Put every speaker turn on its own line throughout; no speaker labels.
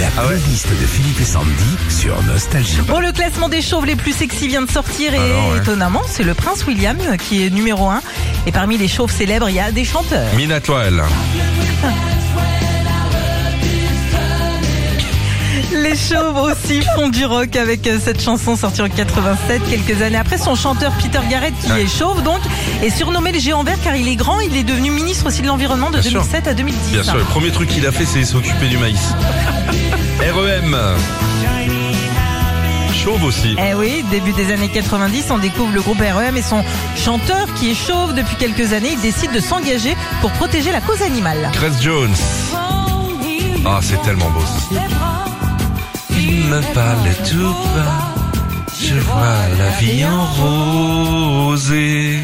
La
Ah
playlist de Philippe et Sandy sur Nostalgie.
Bon, le classement des chauves les plus sexy vient de sortir et
Alors, ouais.
étonnamment, c'est le prince William qui est numéro un. Et parmi les chauves célèbres, il y a des chanteurs.
Mina Toel.
Les chauves aussi font du rock avec euh, cette chanson sortie en 87, quelques années après. Son chanteur Peter Garrett, qui
Ouais.
est chauve donc, est surnommé le géant vert car il est grand. Il est devenu ministre aussi de l'environnement de
Bien sûr.
2007 à 2010.
Bien sûr, le premier truc qu'il a fait, c'est s'occuper du maïs. REM. Chauve aussi.
Eh oui, début des années 90, on découvre le groupe REM et son chanteur qui est chauve depuis quelques années, il décide de s'engager pour protéger la cause animale.
Grace Jones. Ah, c'est tellement beau. ça. Il me parlait tout bas. Je vois la vie en rosée.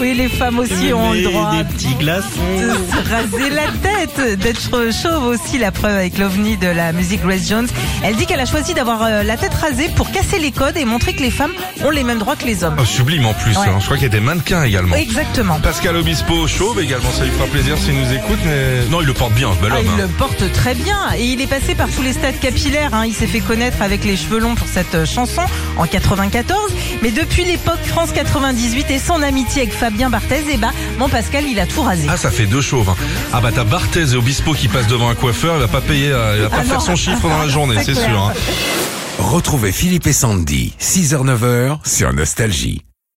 Oui, les femmes aussi ont le droit
petits glaçons.
de se raser la tête, d'être chauve aussi, la preuve avec l'ovni de la musique Grace Jones. Elle dit qu'elle a choisi d'avoir euh, la tête rasée pour casser les codes et montrer que les femmes ont les mêmes droits que les hommes.
Oh, sublime en plus.
Ouais.
hein. Je crois qu'il y a des mannequins également.
Exactement.
Pascal Obispo, chauve également, ça lui fera plaisir s'il nous écoute. Mais... Non, il le porte bien, ce bel
Ah,
homme.
il
hein.
le porte très bien et il est passé par tous les stades capillaires. hein. Il s'est fait connaître avec les cheveux longs pour cette euh, chanson en 94. Mais depuis l'époque France 98 et son amitié avec Fabien Barthez, eh ben, mon Pascal, il a tout rasé.
Ah, ça fait deux chauves. hein. Ah bah t'as Barthez et Obispo qui passent devant un coiffeur, il va pas payer, euh, il va pas
Ah non.
faire son chiffre dans la journée,
C'est
c'est
clair.
sûr. hein.
Retrouvez Philippe et Sandy, 6h-9h sur Nostalgie.